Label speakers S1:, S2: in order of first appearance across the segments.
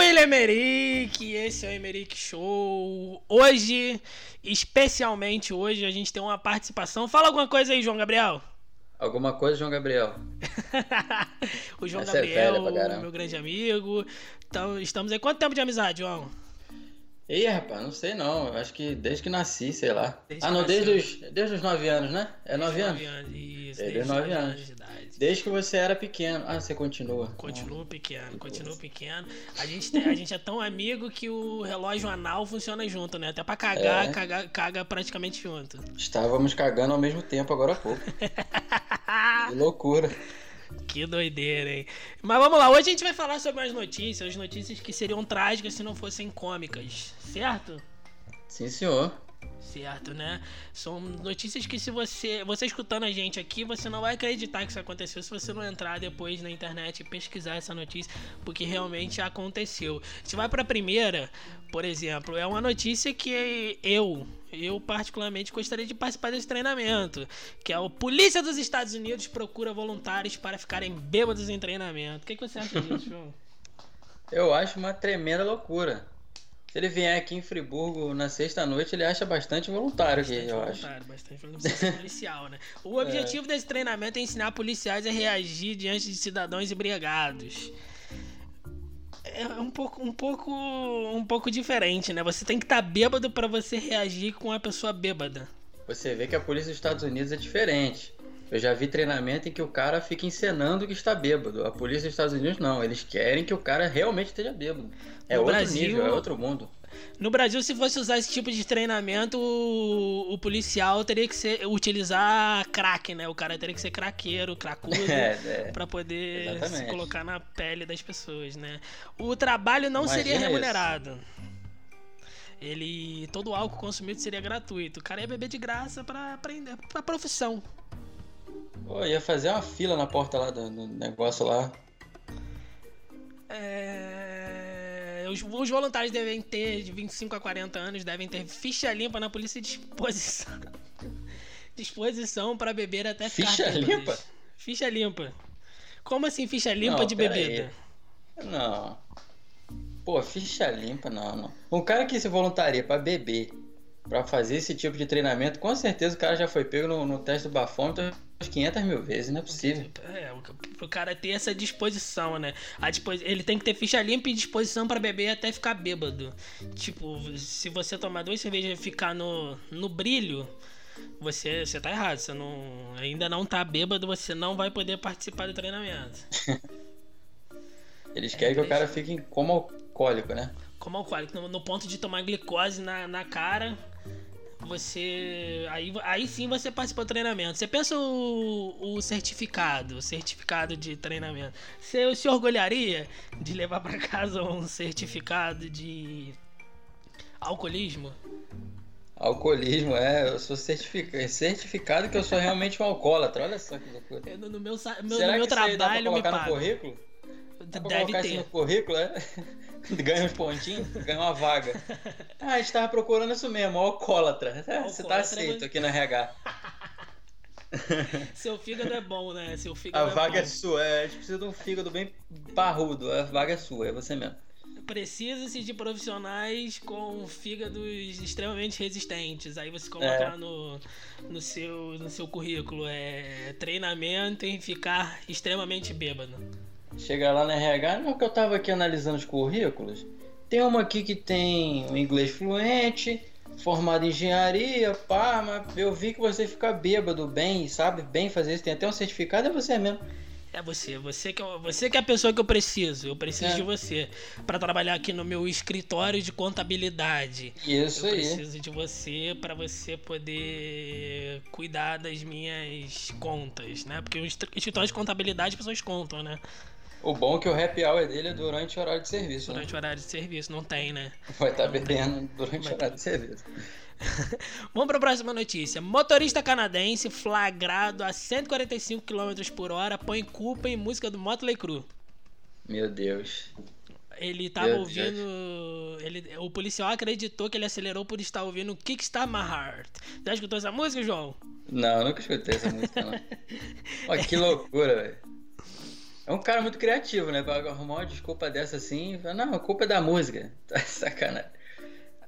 S1: é Emerick, esse é o Emerick Show. Hoje, especialmente hoje, a gente tem uma participação. Fala alguma coisa aí, João Gabriel.
S2: Alguma coisa, João Gabriel?
S1: o João
S2: Essa é
S1: Gabriel,
S2: velha pra caramba.
S1: meu grande amigo. Então, estamos aí. Quanto tempo de amizade, João?
S2: Ih, rapaz, não sei não. Eu acho que desde que nasci, sei lá.
S1: Desde
S2: ah,
S1: que
S2: não, desde
S1: nasceu.
S2: os, desde os 9 anos, né? É 9 anos?
S1: Isso,
S2: Ele é
S1: desde os
S2: nove
S1: nove
S2: anos.
S1: de idade.
S2: Desde que você era pequeno. Ah, você continua.
S1: Continua pequeno, continua pequeno. A gente, tem- a gente é tão amigo que o relógio anal funciona junto, né? Até pra cagar,
S2: É.
S1: cagar- caga praticamente junto.
S2: Estávamos cagando ao mesmo tempo agora há pouco. Que loucura.
S1: Que doideira, hein? Mas vamos lá, hoje a gente vai falar sobre as notícias, as notícias que seriam trágicas se não fossem cômicas, certo?
S2: Sim, senhor.
S1: Certo, né? São notícias que se você, você escutando a gente aqui, você não vai acreditar que isso aconteceu se você não entrar depois na internet e pesquisar essa notícia, porque realmente aconteceu. Se vai pra primeira, por exemplo, é uma notícia que eu, eu particularmente gostaria de participar desse treinamento, que é o Polícia dos Estados Unidos procura voluntários para ficarem bêbados em treinamento. O que, que você acha disso, João?
S2: Eu acho uma tremenda loucura. Se ele vier aqui em Friburgo na sexta-noite, ele acha bastante voluntário aqui,
S1: Bastante
S2: eu acho.
S1: voluntário, bastante voluntário, precisa ser policial, né? O objetivo desse treinamento é ensinar policiais a reagir diante de cidadãos embriagados. É um pouco, um pouco, um pouco diferente, né? Você tem que estar bêbado pra você reagir com a pessoa bêbada.
S2: Você vê que a polícia dos Estados Unidos é diferente. Eu já vi treinamento em que o cara fica encenando que está bêbado. A polícia dos Estados Unidos não, eles querem que o cara realmente esteja bêbado. É
S1: No
S2: outro
S1: Brasil-
S2: nível, é outro mundo.
S1: No Brasil, se fosse usar esse tipo de treinamento, o, o policial teria que ser, utilizar crack, né? O cara teria que ser craqueiro, cracudo.
S2: É, é.
S1: Pra poder se
S2: Exatamente.
S1: colocar na pele das pessoas, né? O trabalho não
S2: Imagina
S1: seria
S2: isso.
S1: remunerado. Ele todo o álcool consumido seria gratuito. O cara ia beber de graça pra aprender pra profissão.
S2: Pô, ia fazer uma fila na porta lá do, do negócio lá.
S1: É, Os, os voluntários devem ter de 25 a 40 anos, devem ter ficha limpa na polícia e disposição. disposição pra beber até ficar
S2: Ficha
S1: bêbados.
S2: limpa?
S1: Ficha limpa. Como assim ficha limpa
S2: Não,
S1: de
S2: pera
S1: bebida?
S2: aí. Não. Pô, ficha limpa, não, não. Um cara que se voluntaria pra beber, pra fazer esse tipo de treinamento, com certeza o cara já foi pego no, no teste do bafômetro umas 500 mil vezes, não é possível.
S1: É, o- pro cara ter essa disposição, né? A disposi- Ele tem que ter ficha limpa e disposição pra beber até ficar bêbado. Tipo, se você tomar duas cervejas e ficar no, no brilho, você, você tá errado. Você não, ainda não tá bêbado, você não vai poder participar do treinamento.
S2: Eles querem que o cara fique em coma alcoólico, né?
S1: Como alcoólico, no, no ponto de tomar glicose na, na cara, você. Aí, aí sim você participa do treinamento. Você pensa o, o certificado, o certificado de treinamento. Você se orgulharia de levar pra casa um certificado de alcoolismo?
S2: Alcoolismo, é, eu sou certificado, certificado que eu sou realmente um alcoólatra, olha só que loucura.
S1: Eu, no, no meu, sa- meu,
S2: Será
S1: no meu
S2: que isso aí dá pra
S1: trabalho me
S2: colocar no
S1: paga.
S2: currículo? Dá pra
S1: Deve
S2: colocar isso
S1: ter.
S2: no currículo, é? Ganha uns pontinhos, ganha uma vaga. Ah, a gente tava procurando isso mesmo, alcoólatra. É, Você
S1: Alcoólatra,
S2: tá aceito
S1: mas-
S2: aqui na RH.
S1: Seu fígado é bom, né? Seu
S2: A
S1: fígado é
S2: vaga é
S1: bom.
S2: sua, é, a gente precisa de um fígado bem parrudo. A vaga é sua, é você mesmo.
S1: Precisa-se de profissionais com fígados extremamente resistentes. Aí você coloca
S2: É.
S1: lá no, no, seu, no seu currículo: é treinamento em ficar extremamente bêbado.
S2: Chega lá na RH, não que eu tava aqui analisando os currículos. Tem uma aqui que tem um inglês fluente, formada em engenharia, pá, mas eu vi que você fica bêbado bem, sabe bem fazer isso, tem até um certificado, é você mesmo.
S1: É você, você que, é- você que é a pessoa que eu preciso. Eu preciso
S2: É.
S1: de você Pra trabalhar aqui no meu escritório de contabilidade.
S2: Isso
S1: Eu
S2: aí.
S1: preciso de você pra você poder cuidar das minhas contas, né? Porque o est- escritório de contabilidade as pessoas contam, né?
S2: O bom é que o happy hour dele é durante o horário de serviço, né?
S1: Durante o horário de serviço, não tem, né?
S2: Vai estar bebendo durante o
S1: Vai
S2: horário de serviço.
S1: Vamos para a próxima notícia. Motorista canadense flagrado a 145 km por hora põe culpa em música do Motley Crue.
S2: Meu Deus.
S1: Ele tava
S2: Meu Deus.
S1: ouvindo. ele- o policial acreditou que ele acelerou por estar ouvindo Kickstart My Heart. Já escutou essa música, João?
S2: Não, eu nunca escutei essa música, não. Ó, que loucura, velho. É um cara muito criativo, né? Pra arrumar uma desculpa dessa assim, fala, não, a culpa é da música. Tá de sacanagem.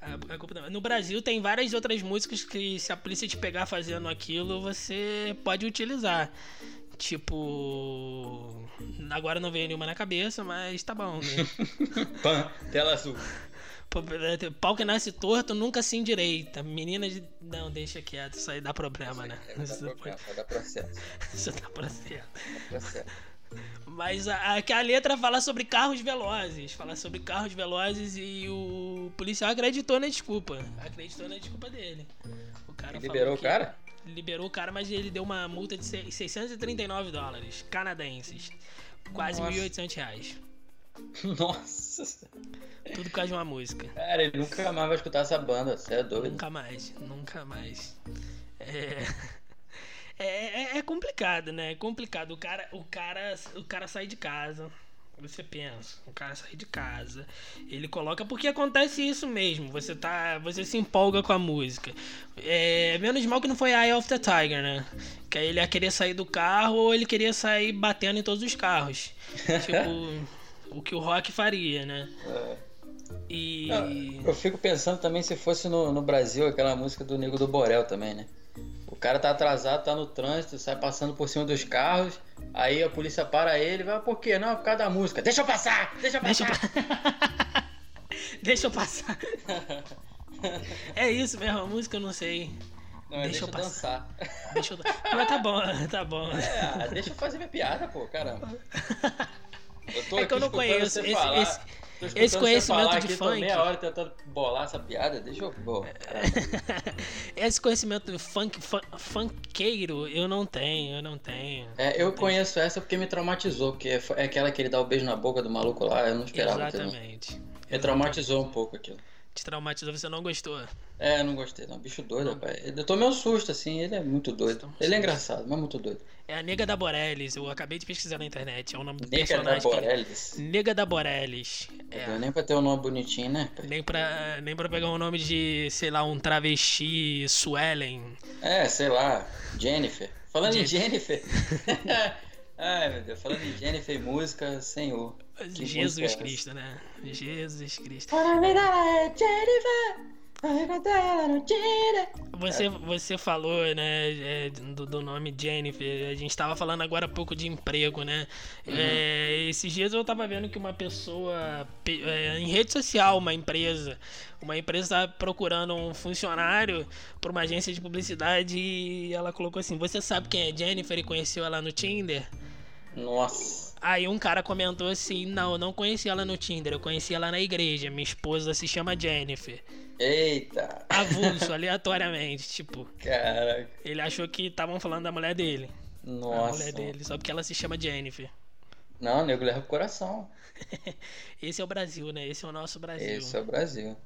S1: A- a culpa não- No Brasil tem várias outras músicas que se a polícia te pegar fazendo aquilo, você pode utilizar. Tipo. Agora não veio nenhuma na cabeça, mas tá bom, né?
S2: Pam, tela azul.
S1: Pô, é, Pau que nasce torto nunca se endireita. Menina de. Não, deixa quieto, isso aí dá problema, né?
S2: É, vai dar problema, vai dar processo.
S1: Isso dá processo.
S2: dá processo.
S1: Mas a, a, que a letra fala sobre carros velozes. Fala sobre carros velozes e o policial acreditou na desculpa. Acreditou na desculpa dele. O cara
S2: Ele
S1: falou
S2: liberou o
S1: que-
S2: cara?
S1: Liberou o cara, mas ele deu uma multa de se- 639 dólares canadenses. Quase
S2: Nossa.
S1: 1.800 reais.
S2: Nossa.
S1: Tudo por causa de uma música.
S2: Cara, ele nunca mais vai escutar essa banda, você é doido.
S1: Nunca mais, nunca mais. É... É, é- é complicado, né? É complicado. O cara, o cara, o cara sai de casa. Você pensa, o cara sai de casa, ele coloca porque acontece isso mesmo. Você tá, você se empolga com a música. É, menos mal que não foi Eye of the Tiger, né? Que aí ele ia querer sair do carro ou ele queria sair batendo em todos os carros. tipo, o que o rock faria, né?
S2: É.
S1: E
S2: Eu fico pensando também se fosse no, no Brasil aquela música do Nego do Borel também, né? O cara tá atrasado, tá no trânsito, sai passando por cima dos carros, aí a polícia para ele, vai, "Ah, por quê? Não, é por causa da música. Deixa eu passar! Deixa eu
S1: Deixa eu,
S2: passar!
S1: pa- Deixa eu passar. É isso mesmo, a música eu não sei.
S2: Não, é
S1: Deixa
S2: deixa,
S1: eu
S2: eu
S1: passar.
S2: dançar.
S1: Deixa eu... Mas tá bom, tá bom.
S2: Ah, deixa eu fazer minha piada, pô, caramba. Eu tô
S1: É que eu não
S2: aqui escutando
S1: conheço
S2: você
S1: esse-
S2: falar,
S1: esse-
S2: tô escutando
S1: esse
S2: você
S1: conhecimento
S2: falar
S1: de
S2: aqui, Tô
S1: funk.
S2: meia hora tentando bolar essa piada, deixa eu... Pô, caramba.
S1: Esse conhecimento funk, fun- funkeiro eu não tenho, eu não tenho.
S2: É, eu conheço essa porque me traumatizou, porque é é aquela que ele dá o beijo na boca do maluco lá, eu não esperava aquilo. não.
S1: Exatamente.
S2: Me É traumatizou um pouco aquilo.
S1: Te traumatizou, você não gostou.
S2: É, eu não gostei, não. Bicho doido, rapaz. Eu tomei um susto, assim, ele é muito doido.
S1: um
S2: Ele é engraçado, mas muito doido.
S1: É a Nega da Borelis, eu acabei de pesquisar na internet. É o nome do
S2: Nega da
S1: personagem. que-
S2: Borelis.
S1: Nega da Borelis.
S2: Não
S1: É.
S2: deu nem pra ter um nome bonitinho, né?
S1: Nem pra, nem pra pegar o nome de, sei lá, um travesti Suelen.
S2: É, sei lá, Jennifer. Falando em Jennifer. Ai, meu Deus, falando em Jennifer e música, senhor. Que É. música é
S1: Jesus
S2: essa?
S1: Cristo, né? Jesus Cristo. é Você, você falou, né, é, do, do nome Jennifer. A gente tava falando agora há pouco de emprego, né? É, esses dias eu tava vendo que uma pessoa, pe- é, em rede social, uma empresa, uma empresa tava procurando um funcionário pra uma agência de publicidade e ela colocou assim: Você sabe quem é Jennifer e conheceu ela no Tinder?
S2: Nossa.
S1: Aí um cara comentou assim: Não, eu não conheci ela no Tinder, eu conheci ela na igreja. Minha esposa se chama Jennifer.
S2: Eita,
S1: Avulso, aleatoriamente. Tipo,
S2: caraca.
S1: ele achou que estavam falando da mulher dele. A
S2: Nossa.
S1: mulher dele, só porque ela se chama Jennifer.
S2: Não, nego leva pro coração.
S1: Esse é o Brasil, né? Esse é o nosso Brasil.
S2: Esse é o Brasil.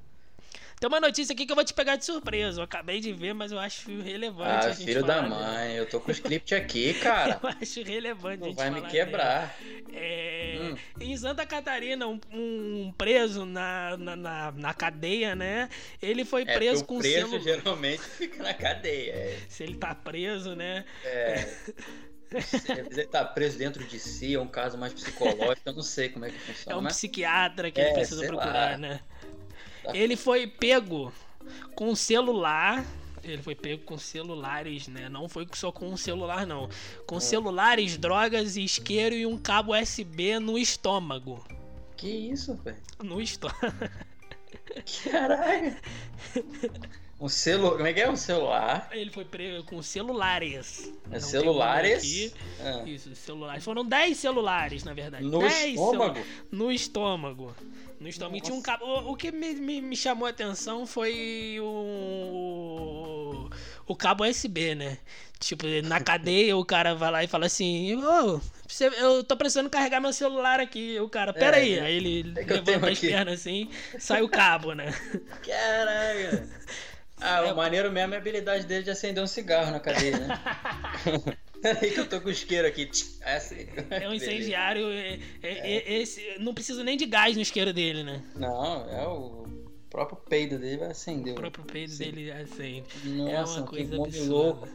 S1: Tem uma notícia aqui que eu vou te pegar de surpresa. Eu acabei de ver, mas eu acho relevante. a
S2: Ah,
S1: gente
S2: filho da
S1: falar dela.
S2: mãe, eu tô com o script aqui, cara.
S1: Eu acho relevante. a
S2: Não
S1: gente
S2: vai me
S1: falar
S2: quebrar. Hum.
S1: dela. É, Em Santa Catarina, um, um preso na, na, na, na cadeia, né? Ele foi
S2: É,
S1: preso
S2: porque
S1: com
S2: o preso
S1: celular.
S2: geralmente fica na cadeia. É,
S1: Se ele tá preso, né?
S2: é. Se ele tá preso dentro de si, é um caso mais psicológico, eu não sei como é que
S1: É
S2: funciona.
S1: um
S2: mas
S1: psiquiatra que
S2: É,
S1: ele precisa
S2: sei
S1: procurar,
S2: lá.
S1: né?
S2: Tá.
S1: Ele foi pego com um celular. Ele foi pego com celulares, né? Não foi só com um celular, não.
S2: É.
S1: Com celulares, drogas, isqueiro e um cabo USB no estômago.
S2: Que isso, velho?
S1: No estômago.
S2: Caralho! Um celular. Como é que é? Um celular.
S1: Ele foi pego com celulares. Não tem
S2: É, celulares?
S1: número
S2: Ah.
S1: aqui. Tá Isso, celulares. Foram 10 celulares, na verdade.
S2: No
S1: 10
S2: estômago?
S1: No estômago. No estômago. E tinha um cabo. O o que me, me- me chamou a atenção foi o. O cabo USB, né? Tipo, na cadeia o cara vai lá e fala assim: Ô, você- eu tô precisando carregar meu celular aqui. E O cara, pera aí.
S2: é.
S1: Aí ele
S2: É que eu tenho
S1: levanta as
S2: aqui.
S1: pernas assim, sai o cabo, né?
S2: Caralho! Ah, o maneiro mesmo é a habilidade dele de acender um cigarro na cadeia, né? Peraí que eu tô com isqueiro aqui. assim. Aí acende.
S1: É um incendiário. é- é- é- esse, não precisa nem de gás no isqueiro dele, né?
S2: Não, é o próprio peido dele vai acender.
S1: O próprio peso
S2: Sim.
S1: dele assim. acende.
S2: Nossa,
S1: é uma coisa
S2: que nome
S1: absurda.
S2: louco.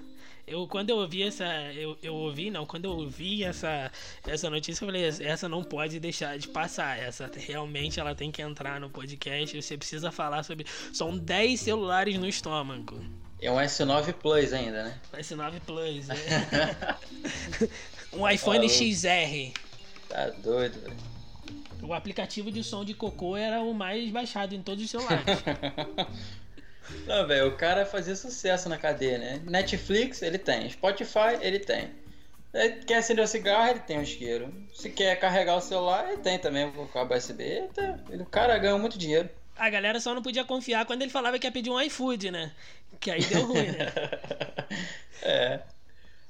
S1: Eu, quando eu ouvi essa. Eu, eu ouvi, não, quando eu ouvi essa, essa notícia, eu falei, essa não pode deixar de passar. Essa realmente ela tem que entrar no podcast. Você precisa falar sobre. São 10 celulares no estômago.
S2: É um S9 Plus ainda, né?
S1: S9 Plus, é. um iPhone
S2: Falou.
S1: XR.
S2: Tá doido, velho.
S1: O aplicativo de som de cocô era o mais baixado em todos os celulares.
S2: Não, velho, o cara fazia sucesso na cadeia, né? Netflix, ele tem. Spotify, ele tem. Aí, Quer acender o cigarro, ele tem um isqueiro. Se quer carregar o celular, ele tem também o cabo USB. Ele tem. Ele- O cara ganhou muito dinheiro.
S1: A galera só não podia confiar quando ele falava que ia pedir um iFood, né? Que aí deu ruim, né?
S2: É.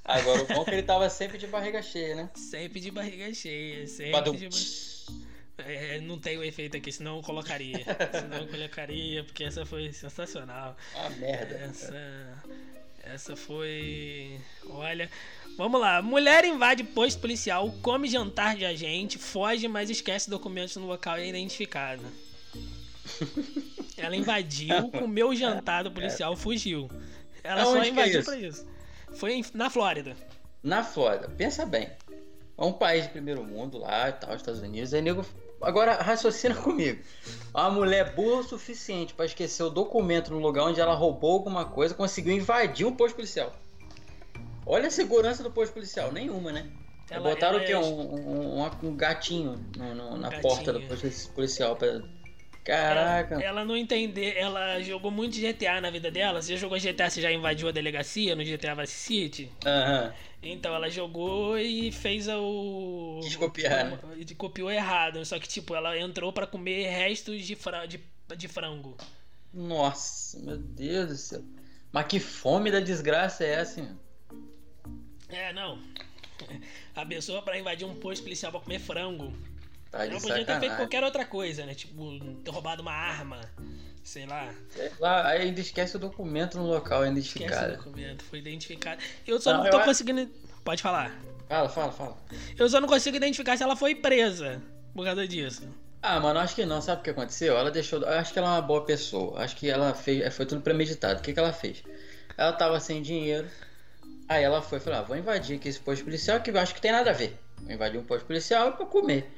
S2: Agora, o bom é que ele tava sempre de barriga cheia, né?
S1: Sempre de barriga cheia, sempre
S2: Badum.
S1: de barriga É, não tem o efeito aqui, senão eu colocaria. senão eu colocaria, porque essa foi sensacional.
S2: Ah, merda.
S1: Essa. Essa foi. Olha. Vamos lá. Mulher invade posto policial, come jantar de agente, foge, mas esquece documentos no local e é identificada. Ela invadiu, comeu o jantar do policial, fugiu. Ela só
S2: Aonde que é
S1: invadiu
S2: isso?
S1: pra isso. Foi em- na Flórida.
S2: Na Flórida, pensa bem. É um país de primeiro mundo lá e tal, Estados Unidos. Aí, nego, agora raciocina comigo. A mulher burra o suficiente pra esquecer o documento no lugar onde ela roubou alguma coisa, conseguiu invadir um posto policial. Olha a segurança do posto policial, nenhuma, né?
S1: Ela-
S2: Botaram
S1: ela
S2: o quê?
S1: é- Um
S2: Um, um- um- um gatinho no- no- na
S1: gatinho.
S2: porta do posto policial. Pra... Caraca.
S1: Ela, ela não entender, ela jogou muito GTA na vida dela. Você já jogou GTA, você já invadiu a delegacia no GTA Vice City?
S2: Aham.
S1: Então ela jogou e fez o.
S2: Quis copiar, né?
S1: o- de- Copiou errado. Só que, tipo, ela entrou pra comer restos de, fra... de... de frango.
S2: Nossa, meu Deus do céu. Mas que fome da desgraça é essa, hein?
S1: É, não. A pessoa pra invadir um posto policial pra comer frango.
S2: Tá de
S1: ela podia ter feito
S2: sacanagem.
S1: qualquer outra coisa, né? Tipo, ter roubado uma arma. Sei lá.
S2: Sei lá, aí ainda esquece o documento no
S1: Esquece
S2: local
S1: o
S2: identificado.
S1: documento. Foi identificado. Eu só
S2: Não,
S1: não tô
S2: eu-
S1: conseguindo. Pode falar.
S2: Fala, fala, fala.
S1: Eu só não consigo identificar se ela foi presa por causa disso.
S2: Ah, mano, acho que não. Sabe o que aconteceu? Ela deixou. Eu acho que ela é uma boa pessoa. Acho que ela fez. é, Foi tudo premeditado. O que, que ela fez? Ela tava sem dinheiro. Aí ela foi e falou: ah, vou invadir aqui esse posto policial que eu acho que tem nada a ver. Vou invadir um posto policial pra comer.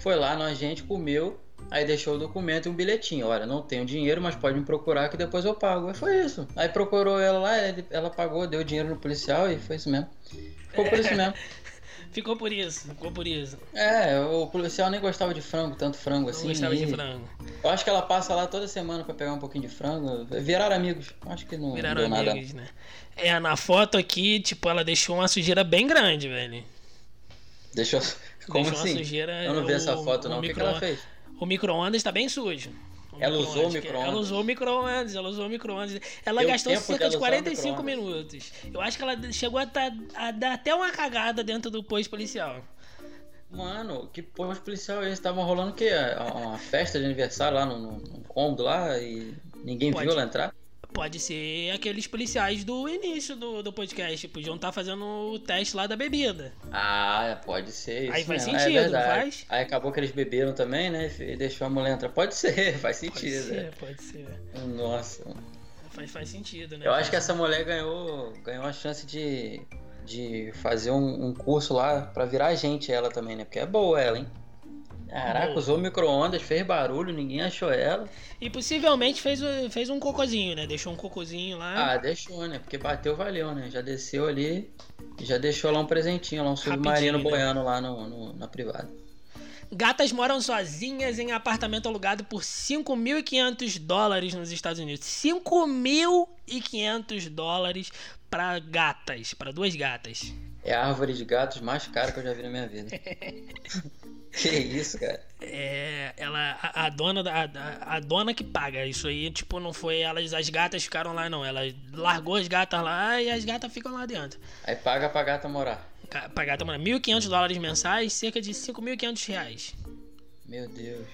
S2: Foi lá, nós gente comeu. Aí deixou o documento e um bilhetinho. Olha, não tenho dinheiro, mas pode me procurar que depois eu pago. Aí foi isso. Aí procurou ela lá, ele- ela pagou, deu dinheiro no policial e foi isso mesmo. Ficou por isso mesmo.
S1: Ficou por isso, ficou por isso.
S2: É, o policial nem gostava de frango, tanto frango
S1: Não
S2: assim.
S1: gostava
S2: e
S1: de frango.
S2: Eu acho que ela passa lá toda semana pra pegar um pouquinho de frango. Viraram amigos. Acho que não
S1: Viraram
S2: deu nada.
S1: amigos, né? É, na foto aqui, tipo, ela deixou uma sujeira bem grande, velho.
S2: Deixou. Como
S1: Deixou uma
S2: assim?
S1: sujeira,
S2: eu não vi
S1: o-
S2: essa foto,
S1: o
S2: não. O que, que
S1: um micro-
S2: ela fez?
S1: O micro-ondas tá bem sujo. O
S2: Ela usou
S1: micro-ondas,
S2: o
S1: que- é-
S2: micro-ondas?
S1: Ela usou o micro-ondas, ela usou o micro-ondas. Ela
S2: Deu
S1: gastou
S2: tempo
S1: cerca
S2: dela
S1: de
S2: usar o
S1: 45
S2: micro-ondas.
S1: minutos. Eu acho que ela chegou a, tá- a dar até uma cagada dentro do posto policial.
S2: Mano, que porra de policial é esse? Tava rolando o quê? A- Uma festa de aniversário lá no, no, num cômodo lá e ninguém
S1: Pode.
S2: viu ela entrar?
S1: Pode ser aqueles policiais do início do, do podcast. Podiam estar fazendo o teste lá da bebida.
S2: Ah, pode ser. Isso
S1: Aí faz
S2: mesmo. É
S1: sentido, não
S2: verdade.
S1: faz?
S2: Aí acabou que eles beberam também, né? E deixou a mulher entrar. Pode ser, faz
S1: Pode
S2: sentido.
S1: ser, pode ser.
S2: né? Nossa,
S1: Faz, faz sentido, né?
S2: Eu acho que essa mulher ganhou, ganhou a chance de, de fazer um, um curso lá pra virar gente ela também, né? Porque é boa ela, hein? Caraca,
S1: Boa.
S2: usou micro-ondas, fez barulho, ninguém achou ela.
S1: E possivelmente fez, o- fez um cocôzinho, né? Deixou um cocôzinho lá.
S2: Ah, deixou, né? Porque bateu, valeu, né? Já desceu ali e já deixou lá um presentinho, lá um submarino
S1: Rapidinho, né?
S2: boiando lá no, no- na privada.
S1: Gatas moram sozinhas em apartamento alugado por 5.500 dólares nos Estados Unidos. 5.500 dólares pra gatas, pra duas gatas.
S2: É a árvore de gatos mais cara que eu já vi na minha vida. que isso, cara?
S1: É, ela, a, a dona, da- a, a dona que paga. Isso aí, tipo, não foi elas, as gatas ficaram lá, não. Ela largou as gatas lá e as gatas ficam lá dentro.
S2: Aí paga pra gata morar.
S1: Ca- Pra gata, mano, 1.500 dólares mensais, cerca de 5.500 reais.
S2: Meu Deus.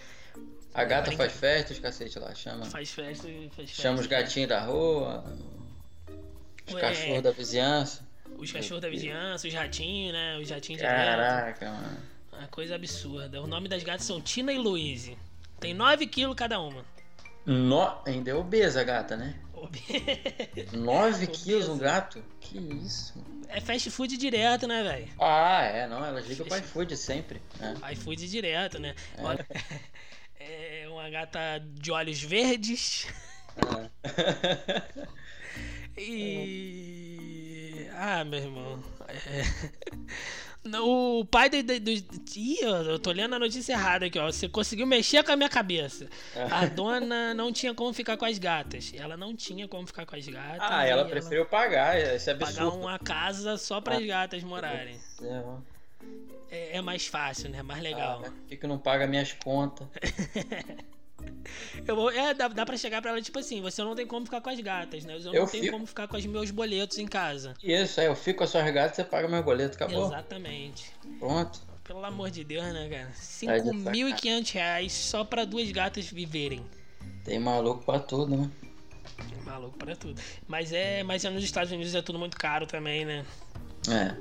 S2: A gata
S1: brinca-
S2: faz festas, cacete lá, chama.
S1: Faz festa, faz festa.
S2: Chama os gatinhos da rua, os
S1: Ué.
S2: cachorros da vizinhança.
S1: Os cachorros da vizinhança, os ratinhos, né? Os ratinhos de gato. É
S2: Caraca, mano.
S1: Uma coisa absurda. O nome das gatas são Tina e Louise. Tem 9 quilos cada uma.
S2: No... Ainda é obesa a gata, né?
S1: Kobe.
S2: 9 quilos
S1: peso.
S2: um gato? Que isso?
S1: É fast food direto, né, velho?
S2: Ah, é, não, elas ligam pro iFood sempre. né?
S1: iFood direto, né? Olha. É uma gata de olhos verdes.
S2: É.
S1: E. Ah, meu irmão. É. No- O pai do. do, do- Ih, eu eu tô lendo a notícia errada aqui, ó. Você conseguiu mexer com a minha cabeça.
S2: É.
S1: A dona não tinha como ficar com as gatas. Ela não tinha como ficar com as gatas.
S2: Ah,
S1: e
S2: ela preferiu pagar, isso é
S1: pagar um
S2: absurdo. Ah.
S1: uma casa só para as gatas morarem.
S2: É, ó.
S1: É, é mais fácil, né? É mais
S2: Ah,
S1: legal.
S2: Por que, que não paga minhas contas?
S1: Eu vou- é, dá, dá pra chegar pra ela, tipo assim, você não tem como ficar com as gatas, né? Eu, não
S2: Eu
S1: tenho
S2: fico.
S1: como ficar com os meus boletos em casa.
S2: E Isso, aí eu fico com as suas gatas, você paga meu boleto, acabou.
S1: Exatamente.
S2: Pronto.
S1: Pelo amor de Deus, né, cara?
S2: Tá de
S1: 5.500 reais só pra duas gatas viverem.
S2: Tem maluco pra tudo, né?
S1: Maluco pra tudo. Mas é, mas é nos Estados Unidos é tudo muito caro também, né?
S2: É.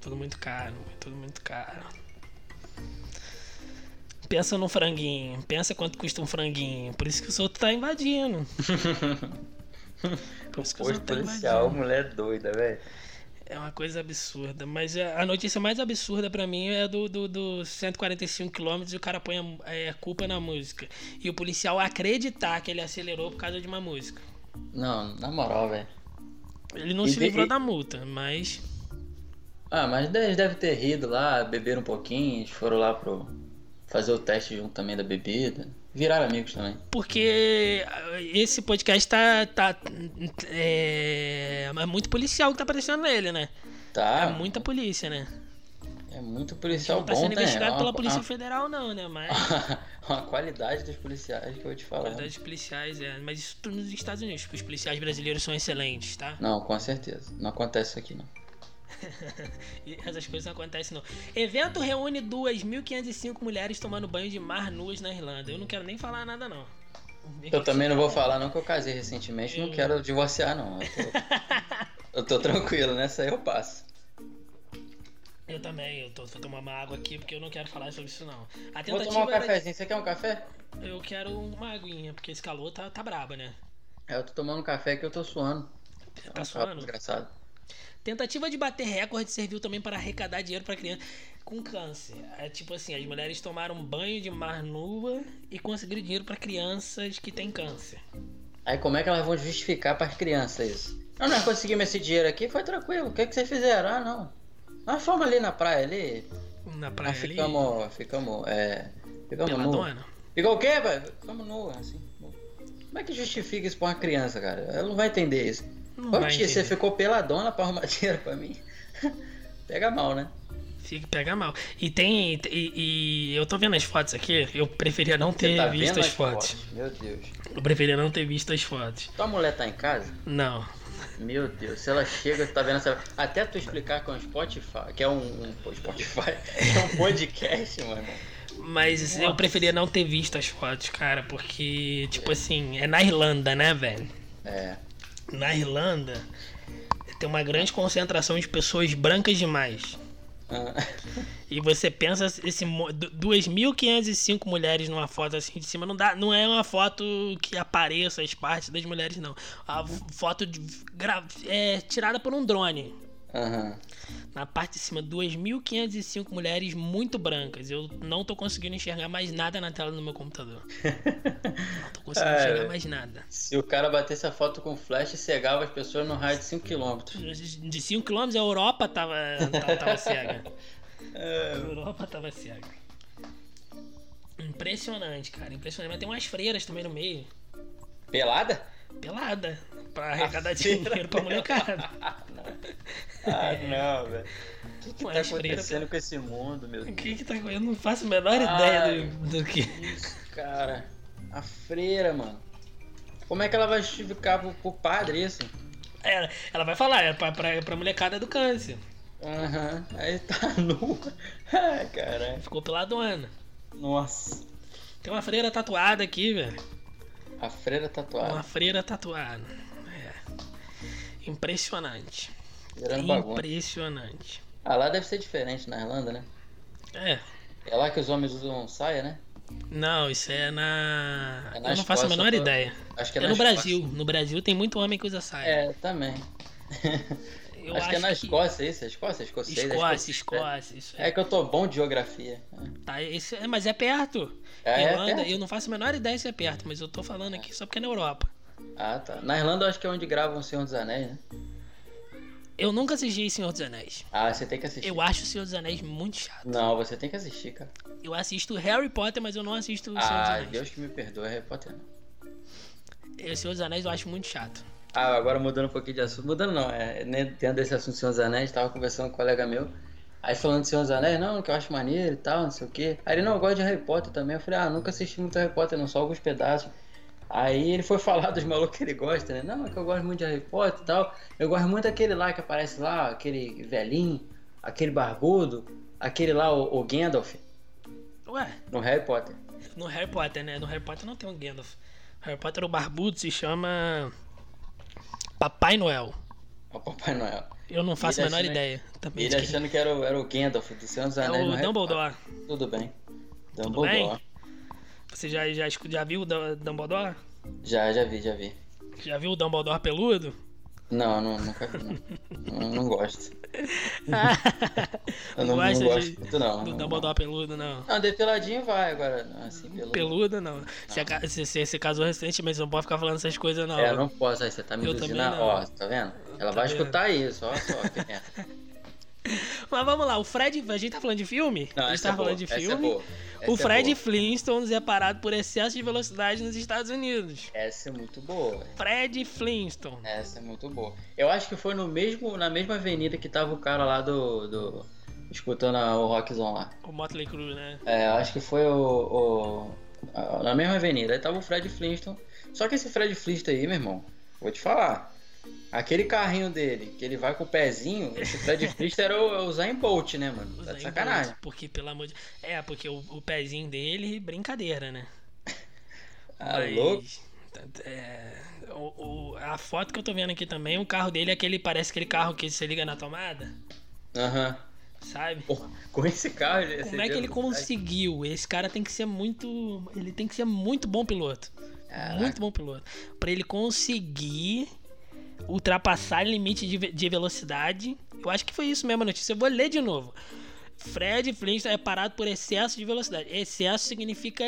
S1: Tudo muito caro, é tudo muito caro. Pensa no franguinho, pensa quanto custa um franguinho. Por isso que o solto tá invadindo. Por isso que o
S2: Posto
S1: solto tá
S2: policial,
S1: invadindo.
S2: mulher doida, velho.
S1: É uma coisa absurda. Mas é, a a notícia mais absurda pra mim é do, do, do 145 km e o cara põe a mu- é, culpa na música. E o policial acreditar que ele acelerou por causa de uma música.
S2: Não, na moral, velho.
S1: Ele não
S2: E
S1: se
S2: de-
S1: livrou
S2: e-
S1: da multa, mas.
S2: Ah, mas eles devem ter rido lá, beberam um pouquinho, eles foram lá pro fazer o teste junto também da bebida. Viraram amigos também.
S1: Porque ah, esse podcast tá. tá é, é muito policial que tá aparecendo nele, né?
S2: Tá.
S1: É muita polícia, né?
S2: é muito policial
S1: Não tá
S2: bom,
S1: sendo
S2: né?
S1: investigado
S2: Uma- Ah,
S1: pela Polícia
S2: uma-
S1: Federal, não, né? Mas.
S2: tá Uma qualidade dos policiais que eu vou te falar.
S1: Verdade, os policiais, é. Mas isso tudo nos Estados Unidos, porque os policiais brasileiros são excelentes, tá?
S2: Não, com certeza. Não acontece isso aqui, não.
S1: E Essas coisas não acontecem, não. Evento reúne 2.505 mulheres tomando banho de mar nuas na Irlanda. Eu não quero nem falar nada, não.
S2: Eu também não vou falar não que eu casei recentemente, não quero divorciar não. Eu tô, eu tô tranquilo, nessa aí eu passo.
S1: Eu também, eu tô, vou tomar uma água aqui porque eu não quero falar sobre isso, não. A
S2: Vou
S1: tentativa
S2: tomar um
S1: era-
S2: cafezinho, você quer um café?
S1: Eu quero uma aguinha, porque esse calor tá, tá braba, né?
S2: É, Eu tô tomando um café que eu tô suando. É
S1: Tá
S2: um papo
S1: suando?
S2: Desgraçado.
S1: Tentativa de bater recorde serviu também para arrecadar dinheiro para criança com câncer. É tipo assim, as mulheres tomaram banho de mar nua e conseguiram dinheiro para crianças que têm câncer.
S2: Aí como é que elas vão justificar pras crianças isso? Não, nós conseguimos esse dinheiro aqui, foi tranquilo. O que, que vocês fizeram? Ah, não. Nós fomos ali na praia ali.
S1: Na praia
S2: Nós
S1: ali,
S2: ficamos. Ficamos. É. Ficamos nu.
S1: peladona.
S2: Ficou o quê, velho? Ficamos nu, assim. nu. Como é que justifica isso pra uma criança, cara? Ela não vai entender isso.
S1: Não
S2: Ô
S1: vai
S2: tia, você
S1: entender.
S2: ficou peladona pra arrumar dinheiro pra mim? Pega mal, né?
S1: Fica, pega mal. E tem. E, e eu tô vendo as fotos aqui. Eu preferia não ter
S2: tá
S1: visto tá as fotos.
S2: Meu Deus.
S1: Eu preferia não ter visto as fotos.
S2: Tua mulher tá em casa?
S1: Não.
S2: Meu Deus, se ela chega, tá vendo essa. Até tu explicar que é um Spotify, que é um, um Spotify, que é um podcast, mano.
S1: Mas eu preferia não ter visto as fotos, cara. Porque, tipo assim, é na Irlanda, né, velho?
S2: É.
S1: Na Irlanda tem uma grande concentração de pessoas brancas demais.
S2: Ah,
S1: E você pensa esse mo- du- 2.505 mulheres numa foto assim de cima, não dá, não é uma foto que apareça as partes das mulheres não. A f- foto de, gra- é tirada por um drone.
S2: Aham.
S1: Na parte de cima 2.505 mulheres muito brancas. Eu não tô conseguindo enxergar mais nada na tela do meu computador. Não tô conseguindo
S2: É.
S1: enxergar mais nada.
S2: Se o cara batesse a foto com flash, cegava as pessoas no raio de 5km.
S1: De 5 km a Europa tava, tava, tava cega.
S2: É.
S1: A Europa tava cega. Impressionante, cara. Impressionante. Mas tem umas freiras também no meio.
S2: Pelada?
S1: Pelada. Pra arrecadar
S2: A
S1: dinheiro
S2: freira
S1: pra molecada.
S2: Ah, não. Ah, não, velho. O que, que tá
S1: Mas, Freira,
S2: acontecendo Ah. com esse mundo, meu
S1: O
S2: Deus?
S1: que que tá Eu não faço a menor
S2: Ai.
S1: ideia do, do que.
S2: Isso, cara. A freira, mano. Como é que ela vai justificar pro, pro padre isso?
S1: Ela, ela vai falar, é pra, pra, pra molecada do câncer.
S2: Aham, aí tá nu. Ai, caralho.
S1: Ficou peladona.
S2: Nossa.
S1: Tem uma freira tatuada aqui, velho.
S2: A freira
S1: Uma
S2: tatuada.
S1: freira tatuada. É. Impressionante.
S2: Virando Tá bagunça.
S1: Impressionante.
S2: Ah, lá deve ser diferente na Irlanda, né?
S1: É.
S2: É lá que os homens usam saia, né?
S1: Não, isso é na.
S2: É
S1: eu
S2: na
S1: não faço a
S2: Escócia,
S1: menor
S2: eu tô-
S1: ideia.
S2: Acho que
S1: É
S2: é,
S1: no
S2: na Escócia.
S1: Brasil. No Brasil tem muito homem que usa saia.
S2: É, também.
S1: eu
S2: acho, que é na Escócia isso, é Escócia, escocês. é
S1: Escócia,
S2: escocês.
S1: Escócia, isso
S2: É.
S1: é.
S2: que eu tô bom de geografia.
S1: Tá, isso é- mas é perto.
S2: É, é
S1: Irlanda,
S2: perto.
S1: eu não faço a menor ideia se é perto, mas eu tô falando aqui só porque é na Europa.
S2: Ah, tá. Na Irlanda eu acho que é onde gravam o Senhor dos Anéis, né?
S1: Eu nunca assisti Senhor dos Anéis.
S2: Ah, você tem que assistir.
S1: Eu acho o Senhor dos Anéis muito chato.
S2: Não, você tem que assistir, cara.
S1: Eu assisto Harry Potter, mas eu não assisto o Senhor dos
S2: Ah,
S1: Anéis.
S2: Deus que me perdoe, Harry Potter não.
S1: O Senhor dos Anéis eu acho muito chato.
S2: Ah, agora mudando um pouquinho de assunto. Mudando não, é, né, dentro desse assunto do Senhor dos Anéis, tava conversando com um colega meu. Aí falando de Senhor dos Anéis, não, que eu acho maneiro e tal, não sei o quê. Aí ele, não, eu gosto de Harry Potter também. Eu falei, ah, nunca assisti muito Harry Potter, não, só alguns pedaços. Aí ele foi falar dos malucos que ele gosta, né? Não, é que eu gosto muito de Harry Potter e tal. Eu gosto muito daquele lá que aparece lá, aquele velhinho, aquele barbudo, aquele lá, o, o Gandalf,
S1: Ué,
S2: no Harry Potter.
S1: no Harry Potter, né? No Harry Potter não tem um Gandalf. Harry Potter, o barbudo, se chama. Papai Noel.
S2: O Papai Noel.
S1: Eu não faço a
S2: Ele
S1: menor
S2: achando-
S1: ideia. Também
S2: Ele
S1: de quem-
S2: achando que era o, era o Gandalf do Senhor dos
S1: É
S2: Anéis. no
S1: o
S2: Harry
S1: Dumbledore.
S2: Potter. Tudo bem.
S1: Tudo bem?
S2: Dumbledore.
S1: Você já, já, escu- já viu o Du- Dumbledore?
S2: Já, já vi, já vi.
S1: Já viu o Dumbledore peludo?
S2: Não, não nunca vi, não. não, não gosto. Eu não, não
S1: gosta
S2: gosto
S1: de-
S2: muito, não.
S1: Do
S2: não,
S1: Dumbledore peludo, não.
S2: Não, de peladinho vai agora, não, assim, pelo...
S1: Peludo, não. Você, aca- você- você- você casou recentemente, você não pode ficar falando essas coisas, não.
S2: É, eu não posso, aí você tá me
S1: Eu
S2: induzindo,
S1: também
S2: a-
S1: não.
S2: ó, tá vendo?
S1: Tá
S2: Ela vai
S1: vendo?
S2: escutar isso, ó só, que merda.
S1: Mas vamos lá, o Fred. A gente tá falando de filme?
S2: Não,
S1: a gente
S2: essa
S1: tá
S2: é boa,
S1: falando de
S2: essa é
S1: filme.
S2: boa, essa
S1: o
S2: é
S1: Fred
S2: boa.
S1: Flintstones é parado por excesso de velocidade nos Estados Unidos.
S2: Essa é muito boa,
S1: Fred Flintstone.
S2: essa é muito boa. Eu acho que foi no mesmo, na mesma avenida que tava o cara lá do... do escutando a- o Rockzone lá.
S1: O Motley Crue, né?
S2: É, eu acho que foi o, o- a- na mesma avenida. Aí tava o Fred Flintstone. Só que esse Fred Flintstone aí, meu irmão, vou te falar. Aquele carrinho dele, que ele vai com o pezinho, esse Fred Flintstone era o, o Zayn Bolt, né, mano? Tá de
S1: Usain
S2: sacanagem.
S1: Bolt, Porque, pelo amor de... É, porque o, o pezinho dele, brincadeira, né?
S2: Ah,
S1: Mas,
S2: louco.
S1: tanto- é, o- o- a foto que eu tô vendo aqui também, o carro dele é aquele, parece aquele carro que você liga na tomada,
S2: Aham.
S1: sabe?
S2: Pô, Com esse carro, ele ia ser
S1: Como é que
S2: Deus
S1: ele
S2: do
S1: conseguiu? Esse cara tem que ser muito. Ele tem que ser muito bom piloto.
S2: Caraca.
S1: Muito bom piloto. Pra ele conseguir ultrapassar limite de, ve- de velocidade. Eu acho que foi isso mesmo a notícia. Eu vou ler de novo. Fred Flintstone é parado por excesso de velocidade. Excesso significa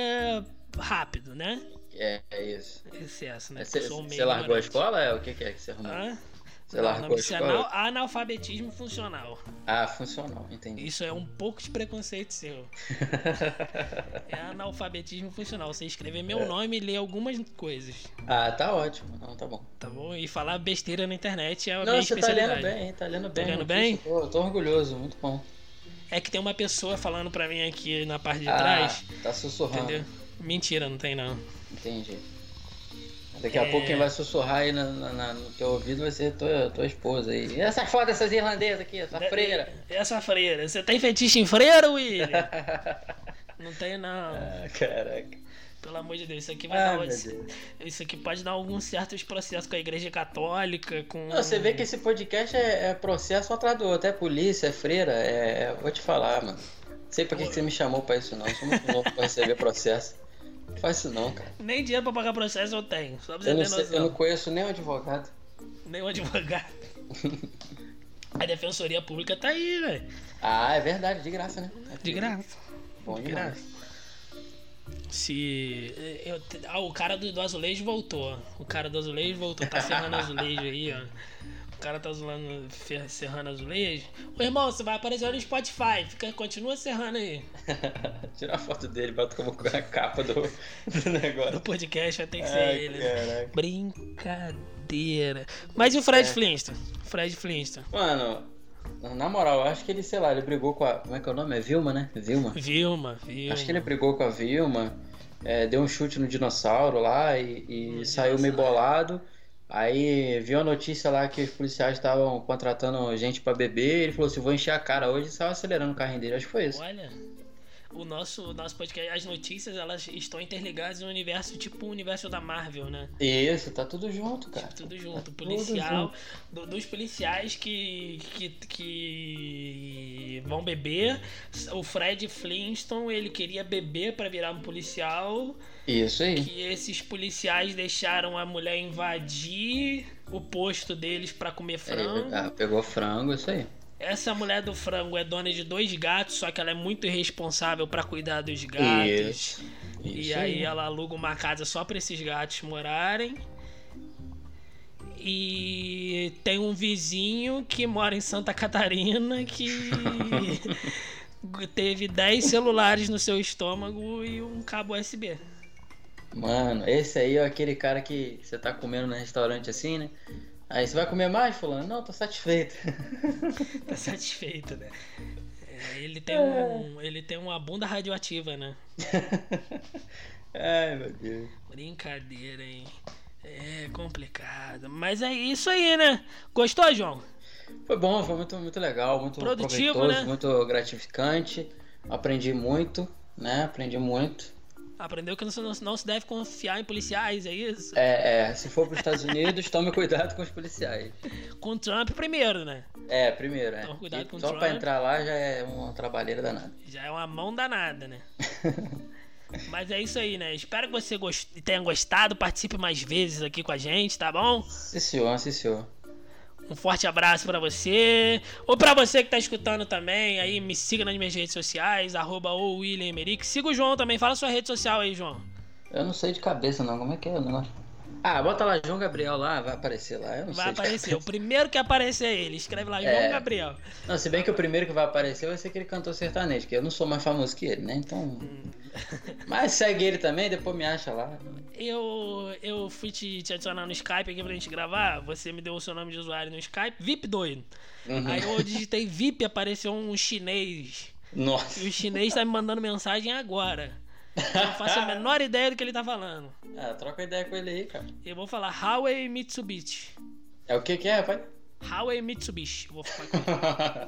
S1: rápido, né?
S2: É, é isso.
S1: Excesso, né?
S2: Você,
S1: Eu sou um meio
S2: você É, largou a
S1: ignorante.
S2: escola? É, o que, que é que você arrumou?
S1: Hã?
S2: Você
S1: Ah, Não,
S2: largou
S1: não,
S2: a
S1: isso é
S2: escola?
S1: anal- analfabetismo funcional.
S2: Ah, funcional, entendi.
S1: Isso é um pouco de preconceito seu. É analfabetismo funcional. Você escrever
S2: É.
S1: meu nome e ler algumas coisas,
S2: ah, tá ótimo. Não, tá bom.
S1: tá bom? E falar besteira na internet é a minha
S2: Não, você tá lendo
S1: especialidade.
S2: bem, hein? Tá lendo bem.
S1: lendo
S2: notícia.
S1: bem?
S2: Tô, tô orgulhoso, muito bom.
S1: É que tem uma pessoa falando pra mim aqui na parte de
S2: Ah,
S1: trás,
S2: Tá sussurrando.
S1: entendeu? Mentira, não tem não.
S2: Entendi. Daqui
S1: É.
S2: a pouco quem vai sussurrar aí na- na- na- no teu ouvido vai ser tua, tua esposa aí. E essa foda dessas irlandesas aqui, essa
S1: É,
S2: freira.
S1: Essa freira. Você tem fetiche em freira, William? não tem não.
S2: Ah, caraca.
S1: Pelo amor de Deus, isso aqui vai
S2: Ah,
S1: dar
S2: meu
S1: isso,
S2: Deus.
S1: isso aqui pode dar alguns certos processos com a igreja católica, com
S2: Não, você vê que esse podcast é, é processo atrás do outro. É polícia, é freira, é. é- Vou te falar, mano. Não sei pra que, que você me chamou pra isso não. Eu sou muito louco pra receber processo. Não faz isso não, cara.
S1: nem dinheiro pra pagar processo eu tenho. Só pra você
S2: Eu não,
S1: ter
S2: sei-
S1: noção.
S2: eu não conheço nem um advogado.
S1: Nenhum advogado. A defensoria pública tá aí, velho.
S2: Ah, é verdade, de graça, né?
S1: De graça.
S2: Bom
S1: De
S2: demais.
S1: graça. Se. eu- ah, o cara do, do azulejo voltou. O cara do azulejo voltou. Tá ferrando azulejo aí, ó. O cara tá zoando, fer- serrando azulejo. Ô irmão, você vai aparecer no Spotify. Fica, continua serrando aí.
S2: Tirar a foto dele, bota como a capa do, do
S1: No
S2: negócio.
S1: podcast vai ter que ser
S2: Ai,
S1: ele. né?
S2: caraca.
S1: Brincadeira. Mas e o
S2: É.
S1: Fred Flintstone? Fred Flintstone.
S2: Mano, na moral, eu acho que ele, sei lá, ele brigou com a. Como é que é o nome? É Vilma, né? Vilma.
S1: Vilma, Vilma.
S2: Acho que ele é brigou com a Vilma, é, deu um chute no dinossauro lá e, e
S1: No
S2: saiu meio
S1: dinossauro.
S2: bolado. Aí viu a notícia lá que os policiais estavam contratando gente pra beber. Ele falou assim: vou encher a cara hoje e saiu acelerando o carrinho dele. Acho que foi isso.
S1: Olha. o nosso, o nosso podcast, as notícias, elas estão interligadas no universo, tipo o universo da Marvel, né?
S2: Isso, tá tudo junto, cara.
S1: Tudo junto, policial, do- dos policiais que, que, que vão beber. O Fred Flintstone, ele queria beber pra virar um policial,
S2: Isso aí.
S1: que esses policiais deixaram a mulher invadir o posto deles pra comer frango.
S2: É, ah, pegou frango, isso aí.
S1: Essa mulher do frango é dona de dois gatos, só que ela é muito irresponsável pra cuidar dos gatos.
S2: Isso.
S1: E
S2: Isso
S1: aí ela aluga uma casa só pra esses gatos morarem. E tem um vizinho que mora em Santa Catarina que teve 10 celulares no seu estômago e um cabo USB.
S2: Mano, esse aí é aquele cara que você tá comendo no restaurante assim, né? Aí você vai comer mais, fulano? Não, tô satisfeito.
S1: Tá satisfeito, né? É, Ele tem, um, ele tem uma bunda radioativa, né?
S2: Ai, meu Deus.
S1: Brincadeira, hein? É complicado. Mas é isso aí, né? Gostou, João?
S2: Foi bom, foi muito, muito legal, muito
S1: Produtivo,
S2: proveitoso,
S1: né?
S2: muito gratificante. Aprendi muito, né? Aprendi muito.
S1: Aprendeu que não, se- não se- não se deve confiar em policiais, é isso?
S2: É, é, se for pros Estados Unidos, tome cuidado com os policiais.
S1: Com Trump primeiro, né?
S2: É, primeiro, é.
S1: Toma cuidado
S2: E
S1: com o
S2: só
S1: Trump.
S2: pra entrar lá já é uma trabalheira danada.
S1: Já é uma mão danada, né? Mas é isso aí, né? Espero que você gost- tenha gostado. Participe mais vezes aqui com a gente, tá bom?
S2: Sim, senhor, sim, senhor.
S1: Um forte abraço pra você. Ou pra você que tá escutando também, aí me siga nas minhas redes sociais, arroba o William Emerick. Siga o João também, fala sua rede social aí, João.
S2: Eu não sei de cabeça, não. Como é que é o negócio? Ah, bota lá João Gabriel lá, vai aparecer lá. Eu não
S1: Vai
S2: sei. de
S1: aparecer. O primeiro que aparecer é ele. Escreve lá, João
S2: É.
S1: Gabriel.
S2: Não, se bem que o primeiro que vai aparecer vai ser aquele cantor sertanejo, que eu não sou mais famoso que ele, né? Então.
S1: Hum.
S2: Mas segue ele também, depois me acha lá.
S1: Eu, eu fui te, te adicionar no Skype aqui pra gente gravar. Você me deu o seu nome de usuário no Skype, VIP doido.
S2: Uhum.
S1: Aí eu digitei VIP, apareceu um chinês.
S2: Nossa.
S1: E o chinês tá me mandando mensagem agora. Eu não faço a menor ideia do que ele tá falando.
S2: Ah, troca ideia com ele aí, cara.
S1: Eu vou falar Huawei Mitsubishi.
S2: É o que que é, rapaz?
S1: Huawei Mitsubishi. Eu Vou falar com ele.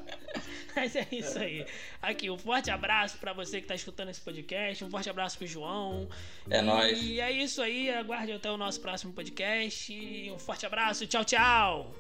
S1: Mas é isso aí. Aqui, um forte abraço pra você que tá escutando esse podcast. Um forte abraço pro João.
S2: É
S1: e
S2: nóis.
S1: E é isso aí. Aguarde até o nosso próximo podcast. Um forte abraço. Tchau, tchau.